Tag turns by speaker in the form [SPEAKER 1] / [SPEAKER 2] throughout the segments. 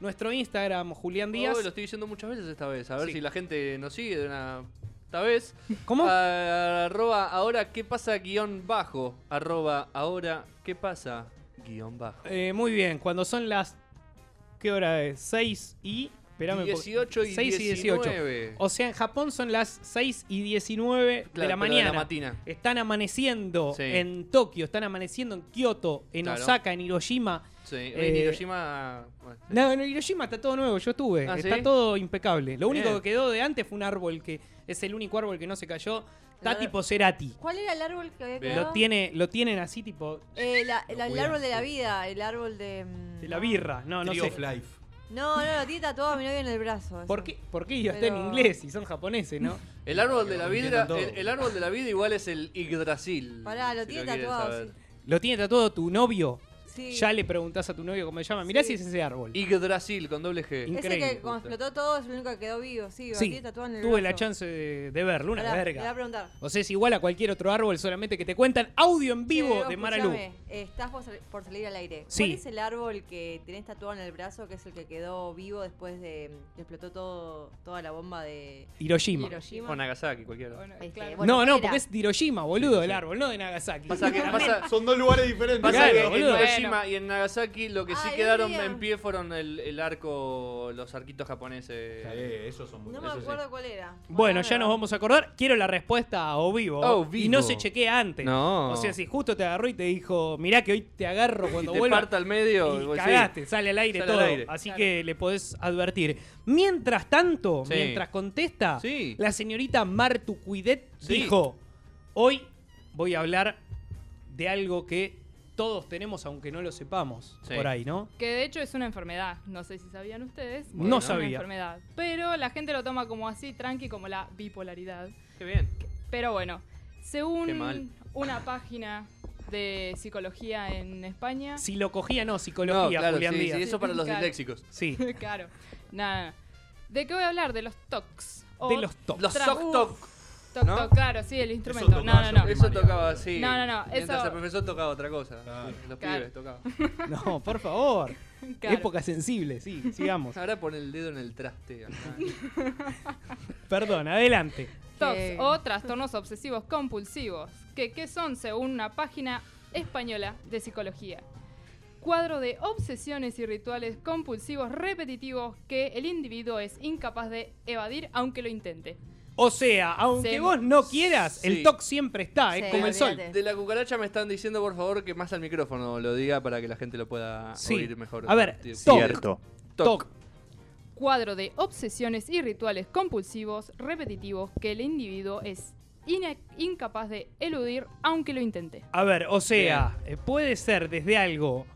[SPEAKER 1] Nuestro Instagram, Julián Díaz.
[SPEAKER 2] Oh, lo estoy diciendo muchas veces esta vez. A ver
[SPEAKER 1] Sí.
[SPEAKER 2] si la gente nos sigue de una. Esta vez.
[SPEAKER 1] ¿Cómo?
[SPEAKER 2] Ah, arroba ahora qué pasa guión bajo. Arroba ahora qué pasa guión bajo.
[SPEAKER 1] Eh, muy bien, cuando son las. ¿Qué hora es? 6 y. Esperame, porque-
[SPEAKER 2] 18 y
[SPEAKER 1] 6
[SPEAKER 2] 19.
[SPEAKER 1] O sea, en Japón son las 6 y 19
[SPEAKER 2] Claro,
[SPEAKER 1] de la
[SPEAKER 2] pero
[SPEAKER 1] mañana.
[SPEAKER 2] De la matina.
[SPEAKER 1] Están amaneciendo
[SPEAKER 2] Sí.
[SPEAKER 1] en Tokio, están amaneciendo en Kioto, en
[SPEAKER 2] Claro.
[SPEAKER 1] Osaka, en Hiroshima.
[SPEAKER 2] Sí.
[SPEAKER 1] Eh,
[SPEAKER 2] en Hiroshima. bueno, sí.
[SPEAKER 1] No, en Hiroshima está todo nuevo, yo estuve.
[SPEAKER 2] Ah,
[SPEAKER 1] está
[SPEAKER 2] ¿sí?
[SPEAKER 1] todo impecable. Lo único
[SPEAKER 2] Bien.
[SPEAKER 1] que quedó de antes fue un árbol que es el único árbol que no se cayó. Está
[SPEAKER 2] Ah.
[SPEAKER 1] tipo Cerati.
[SPEAKER 3] ¿Cuál era el árbol que había
[SPEAKER 2] Bien.
[SPEAKER 3] quedado?
[SPEAKER 1] Lo, tiene, lo tienen así tipo
[SPEAKER 3] Eh, la- la- el
[SPEAKER 4] cuidan.
[SPEAKER 3] árbol de la vida, el árbol de. mm,
[SPEAKER 1] de la birra. Ah, No, no
[SPEAKER 4] Tree
[SPEAKER 1] sé.
[SPEAKER 4] of Life.
[SPEAKER 3] No, no, lo tiene tatuado a mi novio en el brazo. eso.
[SPEAKER 1] ¿Por qué, ¿Por qué está en
[SPEAKER 3] Pero-
[SPEAKER 1] inglés y son japoneses, no?
[SPEAKER 2] El árbol de la
[SPEAKER 4] Lo
[SPEAKER 2] vida.
[SPEAKER 4] entienden todo.
[SPEAKER 2] El, el árbol de la vida igual es el Yggdrasil.
[SPEAKER 3] Pará, lo
[SPEAKER 2] si
[SPEAKER 3] tiene
[SPEAKER 2] quieren
[SPEAKER 3] tatuado.
[SPEAKER 2] saber.
[SPEAKER 1] Lo tiene tatuado tu novio.
[SPEAKER 3] Sí. sí.
[SPEAKER 1] Ya le preguntás a tu novio cómo se llama. Mirá
[SPEAKER 3] Sí.
[SPEAKER 1] si es ese árbol.
[SPEAKER 2] Yggdrasil con doble G.
[SPEAKER 1] In-
[SPEAKER 3] Ese
[SPEAKER 1] Increíble.
[SPEAKER 3] que cuando explotó todo es el único que quedó vivo. Sí, lo
[SPEAKER 1] sí,
[SPEAKER 3] tiene tatuado en el
[SPEAKER 1] tuve
[SPEAKER 3] brazo.
[SPEAKER 1] la chance de, de verlo, una
[SPEAKER 3] Pará, Le voy a
[SPEAKER 1] verga.
[SPEAKER 3] preguntar.
[SPEAKER 1] O sea, es igual a cualquier otro árbol, solamente que te cuentan audio en
[SPEAKER 3] Che,
[SPEAKER 1] vivo
[SPEAKER 3] Leo,
[SPEAKER 1] de Maralu.
[SPEAKER 3] escuchame, eh, Estás por, sal- por salir al aire.
[SPEAKER 1] Sí.
[SPEAKER 3] ¿Cuál es el árbol que tenés tatuado en el brazo, que es el que quedó vivo después de que explotó todo, toda la bomba de
[SPEAKER 1] Hiroshima.
[SPEAKER 3] Hiroshima?
[SPEAKER 2] O Nagasaki, cualquiera.
[SPEAKER 3] Este,
[SPEAKER 5] claro.
[SPEAKER 3] bueno,
[SPEAKER 1] no, no,
[SPEAKER 3] era.
[SPEAKER 1] porque es de Hiroshima, boludo,
[SPEAKER 4] Sí, sí.
[SPEAKER 1] el árbol, no de Nagasaki.
[SPEAKER 2] Pasa que, pasa,
[SPEAKER 4] Son dos lugares diferentes.
[SPEAKER 2] Pasa
[SPEAKER 1] Claro,
[SPEAKER 2] que en
[SPEAKER 1] boludo.
[SPEAKER 2] Hiroshima y en Nagasaki lo que sí
[SPEAKER 3] Ay,
[SPEAKER 2] quedaron
[SPEAKER 3] buen día.
[SPEAKER 2] en pie fueron el, el arco, los arquitos japoneses.
[SPEAKER 4] Sí, esos Eh, son muy
[SPEAKER 3] No me
[SPEAKER 4] esos sí.
[SPEAKER 3] acuerdo cuál era.
[SPEAKER 1] Bueno,
[SPEAKER 3] Ah,
[SPEAKER 1] ya nos
[SPEAKER 3] verdad.
[SPEAKER 1] vamos a acordar. Quiero la respuesta o vivo.
[SPEAKER 2] O
[SPEAKER 1] Y no
[SPEAKER 2] Oh, vivo.
[SPEAKER 1] se chequea antes.
[SPEAKER 2] No.
[SPEAKER 1] O sea, si justo te agarró y te dijo, mirá que hoy te agarro
[SPEAKER 2] Y
[SPEAKER 1] cuando
[SPEAKER 2] te
[SPEAKER 1] vuelva.
[SPEAKER 2] parta al medio.
[SPEAKER 1] Y
[SPEAKER 2] vos
[SPEAKER 1] cagaste, sale al aire
[SPEAKER 2] Sale
[SPEAKER 1] todo.
[SPEAKER 2] al aire.
[SPEAKER 1] Así
[SPEAKER 5] Claro.
[SPEAKER 1] que le podés advertir. Mientras tanto,
[SPEAKER 2] Sí.
[SPEAKER 1] mientras contesta,
[SPEAKER 2] Sí.
[SPEAKER 1] la señorita Martu Cuidet
[SPEAKER 2] Sí.
[SPEAKER 1] dijo: Hoy voy a hablar de algo que todos tenemos, aunque no lo sepamos.
[SPEAKER 2] Sí.
[SPEAKER 1] Por ahí, ¿no?
[SPEAKER 5] Que de hecho es una enfermedad. No sé si sabían ustedes.
[SPEAKER 1] No
[SPEAKER 5] Es Una
[SPEAKER 1] sabía.
[SPEAKER 5] enfermedad. Pero la gente lo toma como así, tranqui, como la bipolaridad.
[SPEAKER 2] decís, Qué bien.
[SPEAKER 5] Pero bueno,
[SPEAKER 2] Qué mal.
[SPEAKER 5] según una página de psicología en España.
[SPEAKER 1] Si lo cogía, no, psicología,
[SPEAKER 2] No, claro,
[SPEAKER 1] Julián
[SPEAKER 2] sí,
[SPEAKER 1] Díaz.
[SPEAKER 2] sí, eso para los
[SPEAKER 5] Claro.
[SPEAKER 2] disléxicos.
[SPEAKER 1] Sí.
[SPEAKER 5] claro. Nada. ¿De qué voy a hablar? De los tocs. O
[SPEAKER 1] De los top.
[SPEAKER 2] Los
[SPEAKER 5] Tra-
[SPEAKER 2] sock toc.
[SPEAKER 5] toc,
[SPEAKER 2] ¿no?
[SPEAKER 5] toc, claro, sí, el
[SPEAKER 4] Eso
[SPEAKER 5] instrumento.
[SPEAKER 4] tocaba
[SPEAKER 5] No, no,
[SPEAKER 4] yo
[SPEAKER 5] no.
[SPEAKER 4] primero.
[SPEAKER 2] Eso
[SPEAKER 4] Mario.
[SPEAKER 2] tocaba así.
[SPEAKER 5] No, no, no,
[SPEAKER 2] Mientras
[SPEAKER 5] eso-
[SPEAKER 2] el profesor tocaba otra cosa.
[SPEAKER 4] Claro.
[SPEAKER 2] Los
[SPEAKER 5] Claro.
[SPEAKER 2] pibes tocaban.
[SPEAKER 1] No, por favor.
[SPEAKER 5] Claro.
[SPEAKER 1] Época sensible, sí, sigamos.
[SPEAKER 2] Ahora pon el dedo en el traste. acá.
[SPEAKER 1] Perdón, adelante.
[SPEAKER 3] Que-
[SPEAKER 5] TOCs o trastornos obsesivos compulsivos, que, que son, según una página española de psicología, cuadro de obsesiones y rituales compulsivos repetitivos que el individuo es incapaz de evadir aunque lo intente.
[SPEAKER 1] O sea, aunque
[SPEAKER 5] Sí.
[SPEAKER 1] vos no quieras, el
[SPEAKER 2] Sí.
[SPEAKER 1] TOC siempre está, es
[SPEAKER 3] Sí,
[SPEAKER 1] como el sol.
[SPEAKER 3] olvídate.
[SPEAKER 2] De la cucaracha me están diciendo, por favor, que más al micrófono lo diga para que la gente lo pueda
[SPEAKER 1] Sí.
[SPEAKER 2] oír mejor.
[SPEAKER 1] A ver,
[SPEAKER 2] Tipo,
[SPEAKER 1] toc.
[SPEAKER 6] Cierto.
[SPEAKER 2] toc.
[SPEAKER 5] Cuadro de obsesiones y rituales compulsivos repetitivos que el individuo es ina- incapaz de eludir aunque lo intente.
[SPEAKER 1] A ver, o sea, eh, puede ser desde algo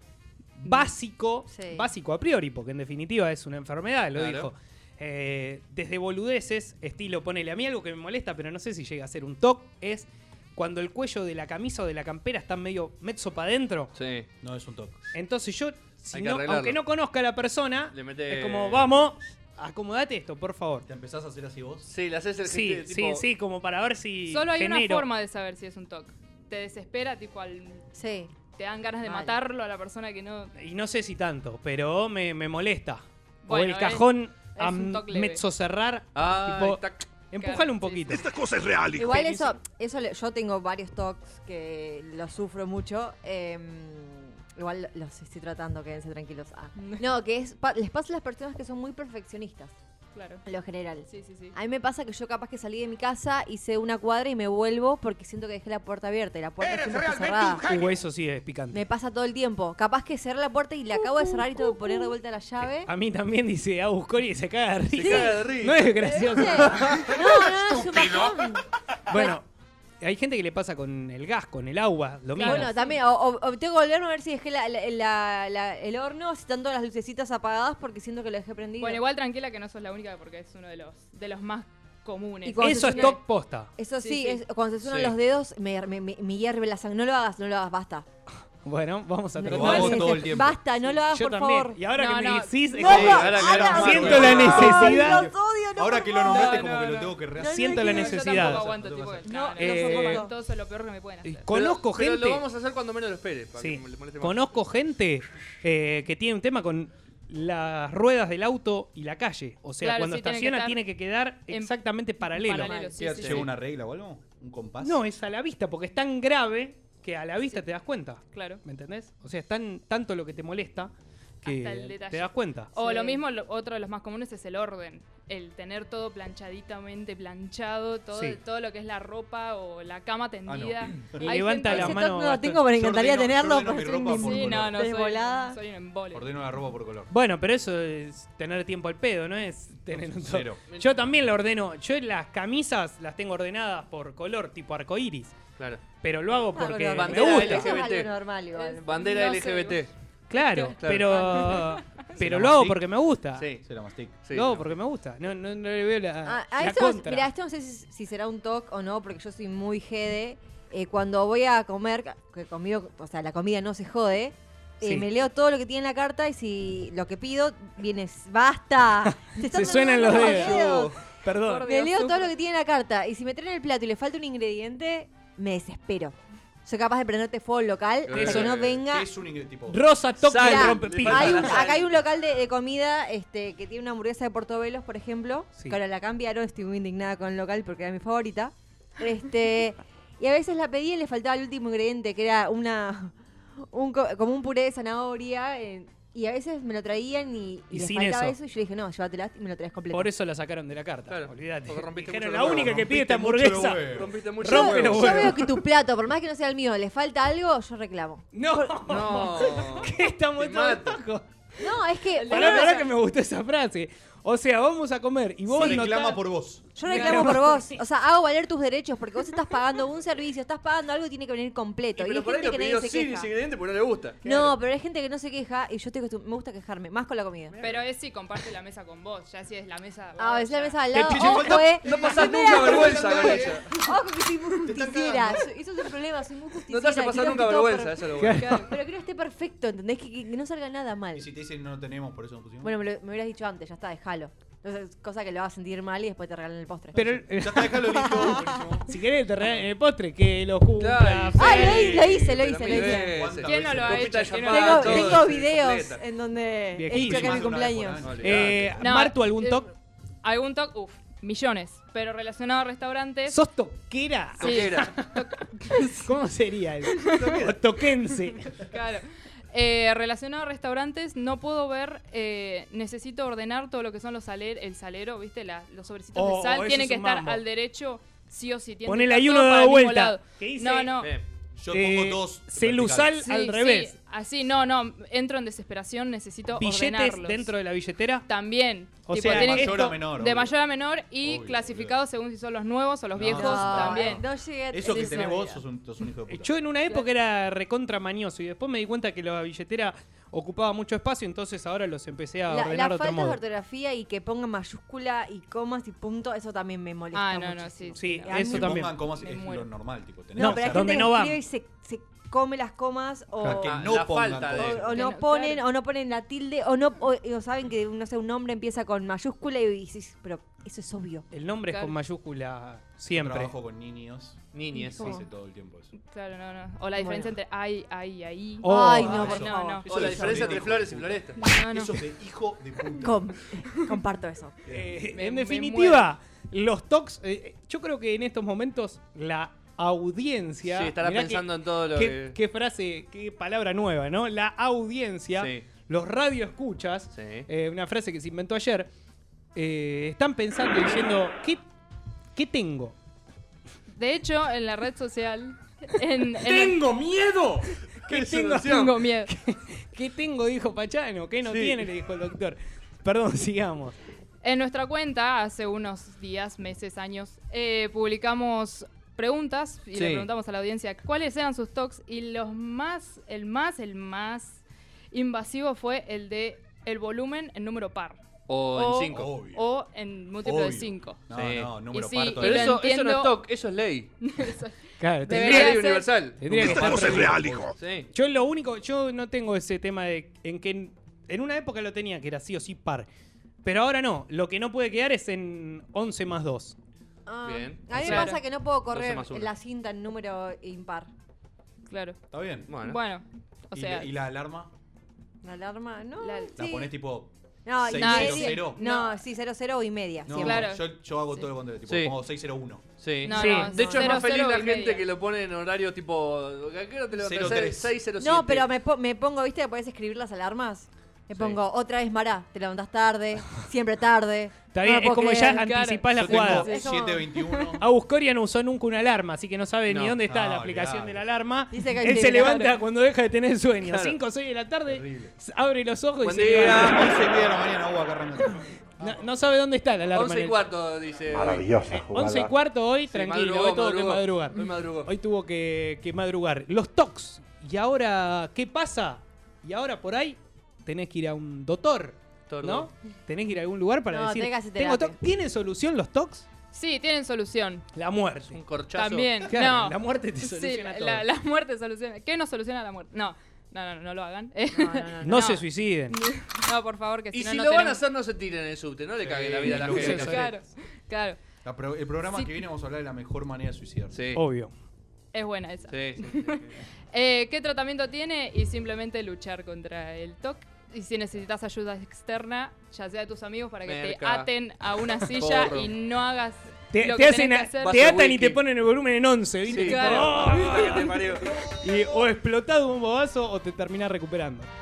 [SPEAKER 1] básico,
[SPEAKER 3] Sí.
[SPEAKER 1] básico a priori, porque en definitiva es una enfermedad, lo
[SPEAKER 2] Claro.
[SPEAKER 1] dijo. Eh, desde boludeces, estilo, ponele a mí algo que me molesta, pero no sé si llega a ser un TOC, es cuando el cuello de la camisa o de la campera está medio mezzo para adentro.
[SPEAKER 2] Sí.
[SPEAKER 4] No, es un toque.
[SPEAKER 1] Entonces yo, si
[SPEAKER 2] Hay que
[SPEAKER 1] no-
[SPEAKER 2] arreglarlo.
[SPEAKER 1] aunque no conozca a la persona,
[SPEAKER 2] Le mete-
[SPEAKER 1] es como, vamos, acomodate esto, por favor.
[SPEAKER 4] ¿Te empezás a hacer así vos?
[SPEAKER 2] Sí, le haces el
[SPEAKER 1] Sí,
[SPEAKER 2] gesto,
[SPEAKER 1] sí,
[SPEAKER 2] tipo,
[SPEAKER 1] sí, como para ver si.
[SPEAKER 5] Solo hay
[SPEAKER 1] genero-
[SPEAKER 5] una forma de saber si es un TOC. Te desespera, tipo al
[SPEAKER 3] Sí.
[SPEAKER 5] te dan ganas de
[SPEAKER 3] Mal.
[SPEAKER 5] matarlo a la persona que no.
[SPEAKER 1] Y no sé si tanto, pero me, me molesta. o
[SPEAKER 5] Bueno,
[SPEAKER 1] el
[SPEAKER 5] es-
[SPEAKER 1] cajón a
[SPEAKER 5] un toque leve.
[SPEAKER 1] mezzo cerrar.
[SPEAKER 2] Ah,
[SPEAKER 1] tipo,
[SPEAKER 2] tac.
[SPEAKER 1] empujalo un
[SPEAKER 5] Claro, sí,
[SPEAKER 1] poquito.
[SPEAKER 6] Esta cosa es real. hijo.
[SPEAKER 3] Igual eso, eso le- yo tengo varios tocs que los sufro mucho. em, igual los estoy tratando, quédense tranquilos. Ah. No, que es, pa- les pasa a las personas que son muy perfeccionistas,
[SPEAKER 5] Claro.
[SPEAKER 3] en lo general.
[SPEAKER 5] Sí, sí, sí.
[SPEAKER 3] A mí me pasa que yo capaz que salí de mi casa, hice una cuadra y me vuelvo porque siento que dejé la puerta abierta y la puerta siempre está cerrada.
[SPEAKER 1] Uh, eso sí es picante.
[SPEAKER 3] Me pasa todo el tiempo. Capaz que cerré la puerta y la acabo de cerrar y tengo que poner de vuelta la llave.
[SPEAKER 1] A mí también dice Agus Cori y se caga de risa.
[SPEAKER 2] caga de risa.
[SPEAKER 1] No es gracioso.
[SPEAKER 3] No, no, no, es un bajón.
[SPEAKER 1] bueno, hay gente que le pasa con el gas, con el agua, lo mismo.
[SPEAKER 3] Bueno, también, o, o- o tengo que volverme a ver si dejé la- la- la- la- el horno, si están todas las lucecitas apagadas porque siento que lo dejé prendido.
[SPEAKER 5] Bueno, igual tranquila que no sos la única porque es uno de los de los más comunes.
[SPEAKER 3] Y cuando
[SPEAKER 1] eso es
[SPEAKER 3] se
[SPEAKER 1] TOC posta.
[SPEAKER 3] Eso sí,
[SPEAKER 5] Sí, sí.
[SPEAKER 3] es- cuando se suenan
[SPEAKER 2] Sí.
[SPEAKER 3] los dedos, me, me- me- me hierve la sangre. No lo hagas, no lo hagas, basta.
[SPEAKER 1] Bueno, vamos a
[SPEAKER 3] No,
[SPEAKER 1] tratar
[SPEAKER 4] Lo hago
[SPEAKER 3] es-
[SPEAKER 4] todo el
[SPEAKER 3] es-
[SPEAKER 4] tiempo.
[SPEAKER 3] Basta, no lo hagas,
[SPEAKER 1] Yo
[SPEAKER 3] por
[SPEAKER 1] también.
[SPEAKER 3] favor.
[SPEAKER 1] Y ahora
[SPEAKER 5] No,
[SPEAKER 1] que me
[SPEAKER 5] no.
[SPEAKER 1] decís, es
[SPEAKER 3] No,
[SPEAKER 1] como-
[SPEAKER 3] no,
[SPEAKER 2] ahora que
[SPEAKER 3] ahora-
[SPEAKER 2] lo-
[SPEAKER 1] siento la
[SPEAKER 3] Ay,
[SPEAKER 1] necesidad.
[SPEAKER 3] los odio, no,
[SPEAKER 4] Ahora
[SPEAKER 3] por
[SPEAKER 4] que lo
[SPEAKER 3] favor.
[SPEAKER 4] nombraste,
[SPEAKER 5] No,
[SPEAKER 4] como
[SPEAKER 5] no,
[SPEAKER 4] que lo
[SPEAKER 5] no.
[SPEAKER 4] tengo que rehacer.
[SPEAKER 1] Siento la
[SPEAKER 5] No, Yo
[SPEAKER 1] necesidad.
[SPEAKER 5] tampoco aguanto tipo
[SPEAKER 4] No,
[SPEAKER 5] no, no, no,
[SPEAKER 1] eh,
[SPEAKER 5] soporto. todo eso es lo peor que me pueden hacer.
[SPEAKER 1] Conozco
[SPEAKER 2] Pero-
[SPEAKER 1] gente.
[SPEAKER 2] Pero lo vamos a hacer cuando menos lo espere. Para
[SPEAKER 1] Sí.
[SPEAKER 2] que le moleste más.
[SPEAKER 1] Conozco gente eh, que tiene un tema con las ruedas del auto y la calle. O sea,
[SPEAKER 5] Claro,
[SPEAKER 1] cuando
[SPEAKER 5] sí, tiene que
[SPEAKER 1] estaciona
[SPEAKER 5] estar
[SPEAKER 1] tiene que quedar
[SPEAKER 5] en-
[SPEAKER 1] exactamente paralelo.
[SPEAKER 5] Paralelo, sí,
[SPEAKER 6] ¿Qué,
[SPEAKER 5] sí,
[SPEAKER 6] ¿Lleva
[SPEAKER 5] sí.
[SPEAKER 6] una regla o algo? ¿Un compás?
[SPEAKER 1] No, es a la vista, porque es tan grave que a la vista te das cuenta.
[SPEAKER 5] Claro.
[SPEAKER 1] ¿Me entendés? O sea, es tan, tanto lo que te molesta
[SPEAKER 5] Hasta el
[SPEAKER 1] que
[SPEAKER 5] detalle.
[SPEAKER 1] te das cuenta.
[SPEAKER 5] O
[SPEAKER 3] Sí.
[SPEAKER 5] lo mismo, lo- otro de los más comunes es el orden. El tener todo planchaditamente planchado, todo,
[SPEAKER 1] Sí.
[SPEAKER 5] todo lo que es la ropa o la cama tendida.
[SPEAKER 1] Y
[SPEAKER 5] Hay
[SPEAKER 1] levanta
[SPEAKER 5] gente-
[SPEAKER 1] la mano
[SPEAKER 3] Ese toque no lo
[SPEAKER 1] bastante.
[SPEAKER 3] tengo, pero me
[SPEAKER 4] Yo
[SPEAKER 3] encantaría
[SPEAKER 4] ordeno- yo
[SPEAKER 3] tenerlo.
[SPEAKER 4] ordeno mi
[SPEAKER 3] pero soy
[SPEAKER 4] ropa por
[SPEAKER 5] Sí,
[SPEAKER 3] imbécil.
[SPEAKER 5] no,
[SPEAKER 4] color.
[SPEAKER 5] no, soy,
[SPEAKER 3] Desvolada.
[SPEAKER 5] soy un embole.
[SPEAKER 4] Ordeno la ropa por color.
[SPEAKER 1] Bueno, pero eso es tener tiempo al pedo, ¿no? Es tener un to-
[SPEAKER 4] Cero.
[SPEAKER 1] Yo también la ordeno. Yo las camisas las tengo ordenadas por color, tipo arcoíris.
[SPEAKER 2] Claro.
[SPEAKER 1] Pero lo hago
[SPEAKER 3] Ah,
[SPEAKER 1] porque
[SPEAKER 3] bueno,
[SPEAKER 1] me
[SPEAKER 2] Bandera
[SPEAKER 3] eso
[SPEAKER 1] gusta.
[SPEAKER 3] es algo
[SPEAKER 2] LGBT.
[SPEAKER 3] normal igual.
[SPEAKER 2] Bandera
[SPEAKER 5] No sé,
[SPEAKER 2] LGBT.
[SPEAKER 1] Claro,
[SPEAKER 2] Claro.
[SPEAKER 1] pero, pero
[SPEAKER 6] la
[SPEAKER 1] lo hago
[SPEAKER 6] mastic.
[SPEAKER 1] porque me gusta.
[SPEAKER 2] Sí,
[SPEAKER 6] Se la mastic.
[SPEAKER 2] sí.
[SPEAKER 1] lo hago porque me gusta. No, no, no le veo la,
[SPEAKER 3] Ah, a
[SPEAKER 1] la
[SPEAKER 3] esto,
[SPEAKER 1] contra.
[SPEAKER 3] mira, esto no sé si, si será un toque o no, porque yo soy muy jede. Eh, cuando voy a comer, que conmigo, o sea, la comida no se jode, eh,
[SPEAKER 1] Sí.
[SPEAKER 3] me leo todo lo que tiene en la carta y si lo que pido viene, basta. Se, están
[SPEAKER 1] Se suenan los
[SPEAKER 3] dando
[SPEAKER 1] dedos. Perdón.
[SPEAKER 5] Por
[SPEAKER 3] Me
[SPEAKER 5] Dios,
[SPEAKER 3] leo todo
[SPEAKER 5] sufro.
[SPEAKER 3] lo que tiene en la carta y si me traen el plato y le falta un ingrediente, me desespero. Soy capaz de prenderte fuego al local hasta
[SPEAKER 1] Eso-
[SPEAKER 3] que no
[SPEAKER 4] Eh,
[SPEAKER 3] venga
[SPEAKER 4] ¿qué es un ingre- tipo?
[SPEAKER 1] Rosa toca
[SPEAKER 2] Sal.
[SPEAKER 1] el
[SPEAKER 3] Mirá,
[SPEAKER 1] rompepico.
[SPEAKER 3] hay un-
[SPEAKER 2] Sal.
[SPEAKER 3] acá hay un local de, de comida este, que tiene una hamburguesa de portobelos, por ejemplo,
[SPEAKER 1] Sí.
[SPEAKER 3] que ahora la cambiaron, estoy muy indignada con el local porque era mi favorita. Este, y a veces la pedí y le faltaba el último ingrediente, que era una un co- como un puré de zanahoria. eh, y a veces me lo traían y,
[SPEAKER 1] Y
[SPEAKER 3] les
[SPEAKER 1] sin
[SPEAKER 3] faltaba
[SPEAKER 1] eso.
[SPEAKER 3] eso. Y yo le dije, no, llévatela y me lo traes completo.
[SPEAKER 1] Por eso la sacaron de la carta.
[SPEAKER 2] Claro,
[SPEAKER 1] Olvídate.
[SPEAKER 2] porque rompiste
[SPEAKER 1] Dijeron,
[SPEAKER 2] mucho
[SPEAKER 1] la
[SPEAKER 2] los huevos,
[SPEAKER 1] única que pide esta
[SPEAKER 4] rompiste mucho los
[SPEAKER 1] hamburguesa.
[SPEAKER 4] huevos.
[SPEAKER 2] Rompiste mucho
[SPEAKER 3] yo,
[SPEAKER 1] rompe los
[SPEAKER 3] yo
[SPEAKER 1] huevos.
[SPEAKER 3] veo que tu plato, por más que no sea el mío, le falta algo, yo reclamo.
[SPEAKER 1] No,
[SPEAKER 2] No.
[SPEAKER 1] ¿qué estamos
[SPEAKER 2] Te
[SPEAKER 1] todos
[SPEAKER 2] mato.
[SPEAKER 1] locos?
[SPEAKER 3] No, es que
[SPEAKER 1] Pará, pará que me gustó esa frase. O sea, vamos a comer y vos
[SPEAKER 4] Se
[SPEAKER 1] no
[SPEAKER 4] reclama por vos.
[SPEAKER 3] Yo reclamo por vos. O sea, hago valer tus derechos porque vos estás pagando un servicio, estás pagando algo y tiene que venir completo. Y, hay
[SPEAKER 2] Pero por ahí
[SPEAKER 3] gente
[SPEAKER 2] lo
[SPEAKER 3] que
[SPEAKER 2] pidió
[SPEAKER 3] nadie se
[SPEAKER 2] sin
[SPEAKER 3] queja.
[SPEAKER 2] ese ingrediente porque no le gusta.
[SPEAKER 3] No, pero hay gente que no se queja y yo estoy acostum- me gusta quejarme, más con la comida.
[SPEAKER 5] Pero es si comparte la mesa con vos, ya si es la mesa.
[SPEAKER 3] Ah, es la
[SPEAKER 5] ya.
[SPEAKER 3] mesa al lado.
[SPEAKER 4] Te pide
[SPEAKER 3] Ojo,
[SPEAKER 4] falta-
[SPEAKER 3] eh.
[SPEAKER 2] No pasás
[SPEAKER 3] Me
[SPEAKER 2] nunca
[SPEAKER 3] da-
[SPEAKER 2] vergüenza con ella.
[SPEAKER 3] Ojo que soy muy
[SPEAKER 4] Te están
[SPEAKER 3] justiciera. Soy- Eso es el problema, soy muy justiciera.
[SPEAKER 2] No te hace pasar
[SPEAKER 3] Quiero
[SPEAKER 2] nunca
[SPEAKER 3] que todo
[SPEAKER 2] vergüenza,
[SPEAKER 3] per-
[SPEAKER 2] eso es lo bueno.
[SPEAKER 3] Claro, Pero quiero que esté perfecto, ¿entendés? Que, que- que no salga nada mal.
[SPEAKER 4] Y si te dicen no lo tenemos, por eso no pusimos.
[SPEAKER 3] Bueno, me, lo, me hubieras dicho antes, ya está, déjalo. Entonces, cosa que lo va a sentir mal y después te regalan el postre.
[SPEAKER 1] Pero
[SPEAKER 4] Ya está, dejalo listo. buenísimo.
[SPEAKER 1] si querés te regalan el postre, que lo cumpla.
[SPEAKER 2] Claro, y-
[SPEAKER 3] Ay, lo, hi- lo hice, lo
[SPEAKER 2] Pero
[SPEAKER 3] hice, lo
[SPEAKER 2] mil
[SPEAKER 3] hice.
[SPEAKER 2] veces.
[SPEAKER 5] ¿Quién no lo ha
[SPEAKER 2] Copita de
[SPEAKER 5] hecho? ¿Quién no
[SPEAKER 2] champán,
[SPEAKER 5] lo ha
[SPEAKER 3] Tengo,
[SPEAKER 5] hecho?
[SPEAKER 2] todo,
[SPEAKER 3] tengo
[SPEAKER 2] todo,
[SPEAKER 3] videos
[SPEAKER 2] completa.
[SPEAKER 3] en donde he
[SPEAKER 1] Viejísimo.
[SPEAKER 3] dicho que es mi
[SPEAKER 4] Más de una vez por
[SPEAKER 3] cumpleaños.
[SPEAKER 4] año.
[SPEAKER 1] Eh,
[SPEAKER 5] No,
[SPEAKER 1] Martu, ¿algún
[SPEAKER 5] eh,
[SPEAKER 1] toque?
[SPEAKER 5] Algún toque, uff, millones. Pero relacionado a restaurantes.
[SPEAKER 1] ¿Sos toquera?
[SPEAKER 5] Sí.
[SPEAKER 2] Coquera.
[SPEAKER 1] ¿Cómo sería eso? O toquense.
[SPEAKER 5] Claro. Eh, relacionado a restaurantes, no puedo ver, eh, necesito ordenar todo lo que son los saler, el salero, ¿viste? La- los sobrecitos
[SPEAKER 1] Oh,
[SPEAKER 5] de
[SPEAKER 1] eso
[SPEAKER 5] sal tienen
[SPEAKER 1] es
[SPEAKER 5] que
[SPEAKER 1] un
[SPEAKER 5] estar
[SPEAKER 1] mambo.
[SPEAKER 5] al derecho, sí o sí. tienen que
[SPEAKER 1] Ponele
[SPEAKER 5] estar
[SPEAKER 1] ahí
[SPEAKER 5] todo
[SPEAKER 1] uno
[SPEAKER 5] para
[SPEAKER 1] dado
[SPEAKER 5] el mismo
[SPEAKER 1] vuelta.
[SPEAKER 5] lado.
[SPEAKER 1] ¿Qué dice?
[SPEAKER 5] No, no.
[SPEAKER 2] Bien.
[SPEAKER 4] Yo
[SPEAKER 1] Eh,
[SPEAKER 4] pongo dos.
[SPEAKER 1] celusal
[SPEAKER 4] verticales.
[SPEAKER 5] Sí,
[SPEAKER 1] al
[SPEAKER 5] sí,
[SPEAKER 1] revés.
[SPEAKER 5] así, no, no. Entro en desesperación, necesito
[SPEAKER 1] Billetes
[SPEAKER 5] ordenarlos.
[SPEAKER 1] dentro de la billetera.
[SPEAKER 5] También.
[SPEAKER 1] O
[SPEAKER 5] Tipo,
[SPEAKER 1] sea,
[SPEAKER 5] tienen-
[SPEAKER 4] de mayor a
[SPEAKER 1] esto-
[SPEAKER 4] menor.
[SPEAKER 5] de
[SPEAKER 4] obvio.
[SPEAKER 5] mayor a menor y
[SPEAKER 4] Obvio,
[SPEAKER 5] clasificados según si son los nuevos o los
[SPEAKER 4] No,
[SPEAKER 5] viejos
[SPEAKER 4] no,
[SPEAKER 5] también.
[SPEAKER 3] No llegué a
[SPEAKER 4] Eso que
[SPEAKER 3] esa
[SPEAKER 4] tenés vos
[SPEAKER 3] idea.
[SPEAKER 4] sos un, sos un hijo de puta.
[SPEAKER 1] Yo en una época era recontra mañoso y después me di cuenta que la billetera ocupaba mucho espacio, entonces ahora los empecé a
[SPEAKER 3] La,
[SPEAKER 1] ordenar de
[SPEAKER 3] la falta
[SPEAKER 1] otro
[SPEAKER 3] de
[SPEAKER 1] modo.
[SPEAKER 3] ortografía y que pongan mayúscula y comas y punto, eso también me molesta.
[SPEAKER 5] Ah, no, no,
[SPEAKER 3] muchísimo.
[SPEAKER 5] sí.
[SPEAKER 1] Sí,
[SPEAKER 3] A mí
[SPEAKER 1] eso
[SPEAKER 4] que
[SPEAKER 3] me-
[SPEAKER 1] también.
[SPEAKER 4] pongan comas
[SPEAKER 5] Me
[SPEAKER 4] es
[SPEAKER 5] muero.
[SPEAKER 4] lo normal, tipo. tenés
[SPEAKER 3] No,
[SPEAKER 4] que
[SPEAKER 3] pero hay
[SPEAKER 4] hacer-
[SPEAKER 1] ¿Dónde
[SPEAKER 3] gente que
[SPEAKER 1] no van?
[SPEAKER 3] escribe y se, se come las comas o,
[SPEAKER 1] Claro.
[SPEAKER 4] que
[SPEAKER 2] Ah,
[SPEAKER 4] no
[SPEAKER 2] la
[SPEAKER 4] pongan
[SPEAKER 2] falta
[SPEAKER 4] comas.
[SPEAKER 2] de-
[SPEAKER 3] o- o
[SPEAKER 5] Que
[SPEAKER 3] no
[SPEAKER 5] no,
[SPEAKER 3] ponen
[SPEAKER 5] claro.
[SPEAKER 3] o no ponen la tilde o no o- o saben que no sé, un nombre empieza con mayúscula y dices, pero eso es obvio.
[SPEAKER 1] El nombre es
[SPEAKER 5] Claro.
[SPEAKER 1] con mayúscula
[SPEAKER 4] Yo
[SPEAKER 1] siempre.
[SPEAKER 4] Trabajo con niños.
[SPEAKER 2] Niñez.
[SPEAKER 4] Se dice todo el tiempo eso.
[SPEAKER 5] Claro, no, no. O la diferencia
[SPEAKER 3] Bueno.
[SPEAKER 5] entre ay, ay, ay.
[SPEAKER 1] Oh,
[SPEAKER 3] Ay, no,
[SPEAKER 4] ay,
[SPEAKER 3] por
[SPEAKER 4] no,
[SPEAKER 5] no,
[SPEAKER 3] favor.
[SPEAKER 5] no.
[SPEAKER 2] O la diferencia entre flores y floresta.
[SPEAKER 5] No, no.
[SPEAKER 4] Eso es de hijo de puta.
[SPEAKER 3] Com- comparto eso.
[SPEAKER 1] Eh,
[SPEAKER 5] Me-
[SPEAKER 1] en
[SPEAKER 5] me
[SPEAKER 1] definitiva, los tocs, eh, yo creo que en estos momentos la
[SPEAKER 2] Sí,
[SPEAKER 1] audiencia...
[SPEAKER 2] estará
[SPEAKER 1] mirá
[SPEAKER 2] pensando en todo
[SPEAKER 1] qué,
[SPEAKER 2] lo
[SPEAKER 1] qué-
[SPEAKER 2] que.
[SPEAKER 1] qué frase, qué palabra nueva, ¿no? La audiencia,
[SPEAKER 2] Sí.
[SPEAKER 1] los radioescuchas,
[SPEAKER 2] Sí.
[SPEAKER 1] eh, una frase que se inventó ayer, eh, están pensando y diciendo, ¿qué, qué tengo?
[SPEAKER 5] De hecho, en la red social. En, en el-
[SPEAKER 1] miedo! ¿Qué tengo?
[SPEAKER 5] tengo miedo.
[SPEAKER 1] ¿Qué tengo? Dijo Pachano. ¿Qué no tiene? Le dijo el doctor. Perdón, sigamos.
[SPEAKER 5] En nuestra cuenta, hace unos días, meses, años, eh, publicamos preguntas y
[SPEAKER 2] Sí.
[SPEAKER 5] le preguntamos a la audiencia cuáles eran sus tocs y los más, el más, el más invasivo fue el de el volumen en número par
[SPEAKER 2] O
[SPEAKER 5] O-
[SPEAKER 2] en 5.
[SPEAKER 4] Obvio.
[SPEAKER 5] o en múltiplo de
[SPEAKER 4] Obvio.
[SPEAKER 5] 5.
[SPEAKER 4] No,
[SPEAKER 2] Sí.
[SPEAKER 4] no, número
[SPEAKER 5] Y sí,
[SPEAKER 4] parto.
[SPEAKER 5] y
[SPEAKER 2] Pero
[SPEAKER 5] lo
[SPEAKER 4] de-
[SPEAKER 2] eso, eso no
[SPEAKER 5] entiendo.
[SPEAKER 2] es TOC, eso es ley.
[SPEAKER 1] Claro,
[SPEAKER 5] De
[SPEAKER 2] Es
[SPEAKER 1] tendría,
[SPEAKER 5] Debería
[SPEAKER 2] ley
[SPEAKER 5] ser-
[SPEAKER 2] universal.
[SPEAKER 1] tendría que estar
[SPEAKER 4] es real, hijo.
[SPEAKER 2] Sí.
[SPEAKER 1] Yo lo único, yo no tengo ese tema de en que en, en una época lo tenía que era sí o sí par. Pero ahora no, lo que no puede quedar es en 11 más 2.
[SPEAKER 3] Ah,
[SPEAKER 2] Bien.
[SPEAKER 3] A mí me
[SPEAKER 5] Claro.
[SPEAKER 3] pasa que no puedo correr
[SPEAKER 2] más uno.
[SPEAKER 3] la cinta en número impar.
[SPEAKER 5] Claro.
[SPEAKER 4] Está bien.
[SPEAKER 2] Bueno.
[SPEAKER 5] Bueno, o
[SPEAKER 4] ¿Y
[SPEAKER 5] sea,
[SPEAKER 4] la- ¿Y la alarma?
[SPEAKER 3] ¿La alarma? No.
[SPEAKER 5] La-
[SPEAKER 4] La
[SPEAKER 3] sí.
[SPEAKER 4] ponés tipo.
[SPEAKER 3] No, y
[SPEAKER 4] 600.
[SPEAKER 3] media- No, sí, 00 y media.
[SPEAKER 4] No,
[SPEAKER 3] siempre.
[SPEAKER 5] Claro.
[SPEAKER 4] yo, yo hago todo lo contrario. Tipo,
[SPEAKER 2] Sí.
[SPEAKER 4] pongo 601.
[SPEAKER 2] Sí.
[SPEAKER 5] No,
[SPEAKER 1] Sí.
[SPEAKER 5] no,
[SPEAKER 2] De hecho, es
[SPEAKER 5] cero,
[SPEAKER 2] más feliz
[SPEAKER 5] cero
[SPEAKER 2] la
[SPEAKER 5] y
[SPEAKER 2] gente
[SPEAKER 5] media.
[SPEAKER 2] que lo pone en horario tipo. ¿A qué hora te levantas?
[SPEAKER 4] Cero, tres.
[SPEAKER 2] 6.07.
[SPEAKER 3] No, pero me, po- me pongo, ¿viste? Podés escribir las alarmas. Me
[SPEAKER 2] Sí.
[SPEAKER 3] pongo, otra vez Mará, te levantás tarde, siempre tarde.
[SPEAKER 1] Está
[SPEAKER 3] no
[SPEAKER 1] bien,
[SPEAKER 3] lo
[SPEAKER 1] es
[SPEAKER 3] puedo
[SPEAKER 1] como
[SPEAKER 3] creer.
[SPEAKER 1] ya anticipás la
[SPEAKER 4] yo tengo
[SPEAKER 1] jugada.
[SPEAKER 3] Sí, es como-
[SPEAKER 4] 721.
[SPEAKER 1] Agus Coria no usó nunca una alarma, así que no sabe ni
[SPEAKER 2] No.
[SPEAKER 1] dónde está
[SPEAKER 4] No,
[SPEAKER 1] la aplicación
[SPEAKER 4] olvidate.
[SPEAKER 1] de la alarma.
[SPEAKER 3] Dice que hay
[SPEAKER 1] Él se
[SPEAKER 3] que-
[SPEAKER 1] levanta
[SPEAKER 5] Claro.
[SPEAKER 1] cuando deja de tener sueño.
[SPEAKER 2] Claro.
[SPEAKER 1] 5 o 6 de la tarde,
[SPEAKER 4] Terrible.
[SPEAKER 1] s- abre los ojos
[SPEAKER 2] Buen
[SPEAKER 1] y se
[SPEAKER 2] día.
[SPEAKER 1] levanta.
[SPEAKER 4] 11 y media de la mañana, agua agarrando.
[SPEAKER 1] No, no sabe dónde está la alarma.
[SPEAKER 2] 11
[SPEAKER 1] en
[SPEAKER 2] y
[SPEAKER 1] el-
[SPEAKER 2] cuarto, dice.
[SPEAKER 6] Maravillosa jugada.
[SPEAKER 1] 11 y cuarto hoy,
[SPEAKER 2] Sí,
[SPEAKER 1] tranquilo,
[SPEAKER 2] madrugó,
[SPEAKER 1] hoy tuvo que
[SPEAKER 2] madrugó.
[SPEAKER 1] madrugar.
[SPEAKER 2] Hoy madrugó.
[SPEAKER 1] Hoy tuvo que, que madrugar. Los tocs. ¿Y ahora qué pasa? Y ahora por ahí tenés que ir a un doctor,
[SPEAKER 2] Tordo.
[SPEAKER 1] ¿no? Tenés que ir a algún lugar para
[SPEAKER 3] No,
[SPEAKER 1] decir,
[SPEAKER 3] tenés que hacer
[SPEAKER 1] tengo
[SPEAKER 3] terapia".
[SPEAKER 1] toc. ¿Tiene solución los tocs?
[SPEAKER 5] Sí, tienen solución.
[SPEAKER 1] La muerte.
[SPEAKER 2] Un corchazo.
[SPEAKER 5] También.
[SPEAKER 1] Claro,
[SPEAKER 5] no.
[SPEAKER 1] la muerte te
[SPEAKER 5] Sí,
[SPEAKER 1] soluciona
[SPEAKER 5] la,
[SPEAKER 1] todo.
[SPEAKER 5] la- la muerte soluciona. ¿Qué no soluciona la muerte? No, no, no, no, no lo hagan.
[SPEAKER 3] No, no, no, no.
[SPEAKER 1] No,
[SPEAKER 5] No.
[SPEAKER 1] se suiciden.
[SPEAKER 5] no, por favor, que
[SPEAKER 2] Y
[SPEAKER 5] si no,
[SPEAKER 2] si
[SPEAKER 5] no
[SPEAKER 2] lo van a
[SPEAKER 5] tenemos-
[SPEAKER 2] hacer, no se tiren en el subte. No le
[SPEAKER 4] Sí,
[SPEAKER 2] caguen la vida a la
[SPEAKER 4] lo
[SPEAKER 2] gente.
[SPEAKER 4] usen,
[SPEAKER 5] Claro, claro.
[SPEAKER 4] La pro- el programa
[SPEAKER 5] Sí.
[SPEAKER 4] que viene vamos a hablar de la mejor manera de suicidarse.
[SPEAKER 2] Sí.
[SPEAKER 1] Obvio.
[SPEAKER 5] Es buena esa.
[SPEAKER 2] Sí, sí, sí, sí.
[SPEAKER 5] Eh, ¿Qué tratamiento tiene? Y simplemente luchar contra el TOC. Y si necesitas ayuda externa, ya sea de tus amigos para que te
[SPEAKER 2] Merca.
[SPEAKER 5] aten a una silla
[SPEAKER 2] Porro.
[SPEAKER 5] y no hagas
[SPEAKER 1] Te,
[SPEAKER 5] lo
[SPEAKER 1] te
[SPEAKER 5] que
[SPEAKER 1] hacen
[SPEAKER 5] tenés
[SPEAKER 1] a-
[SPEAKER 5] que hacer.
[SPEAKER 1] te
[SPEAKER 2] Vaso
[SPEAKER 1] atan y
[SPEAKER 2] wiki.
[SPEAKER 1] te ponen el volumen en 11, ¿viste?
[SPEAKER 2] Sí, Ah,
[SPEAKER 1] Tipo,
[SPEAKER 5] claro.
[SPEAKER 2] por-
[SPEAKER 1] ¡oh!
[SPEAKER 2] la puta que te parió.
[SPEAKER 1] Y o explotás de un bobazo o te terminás recuperando.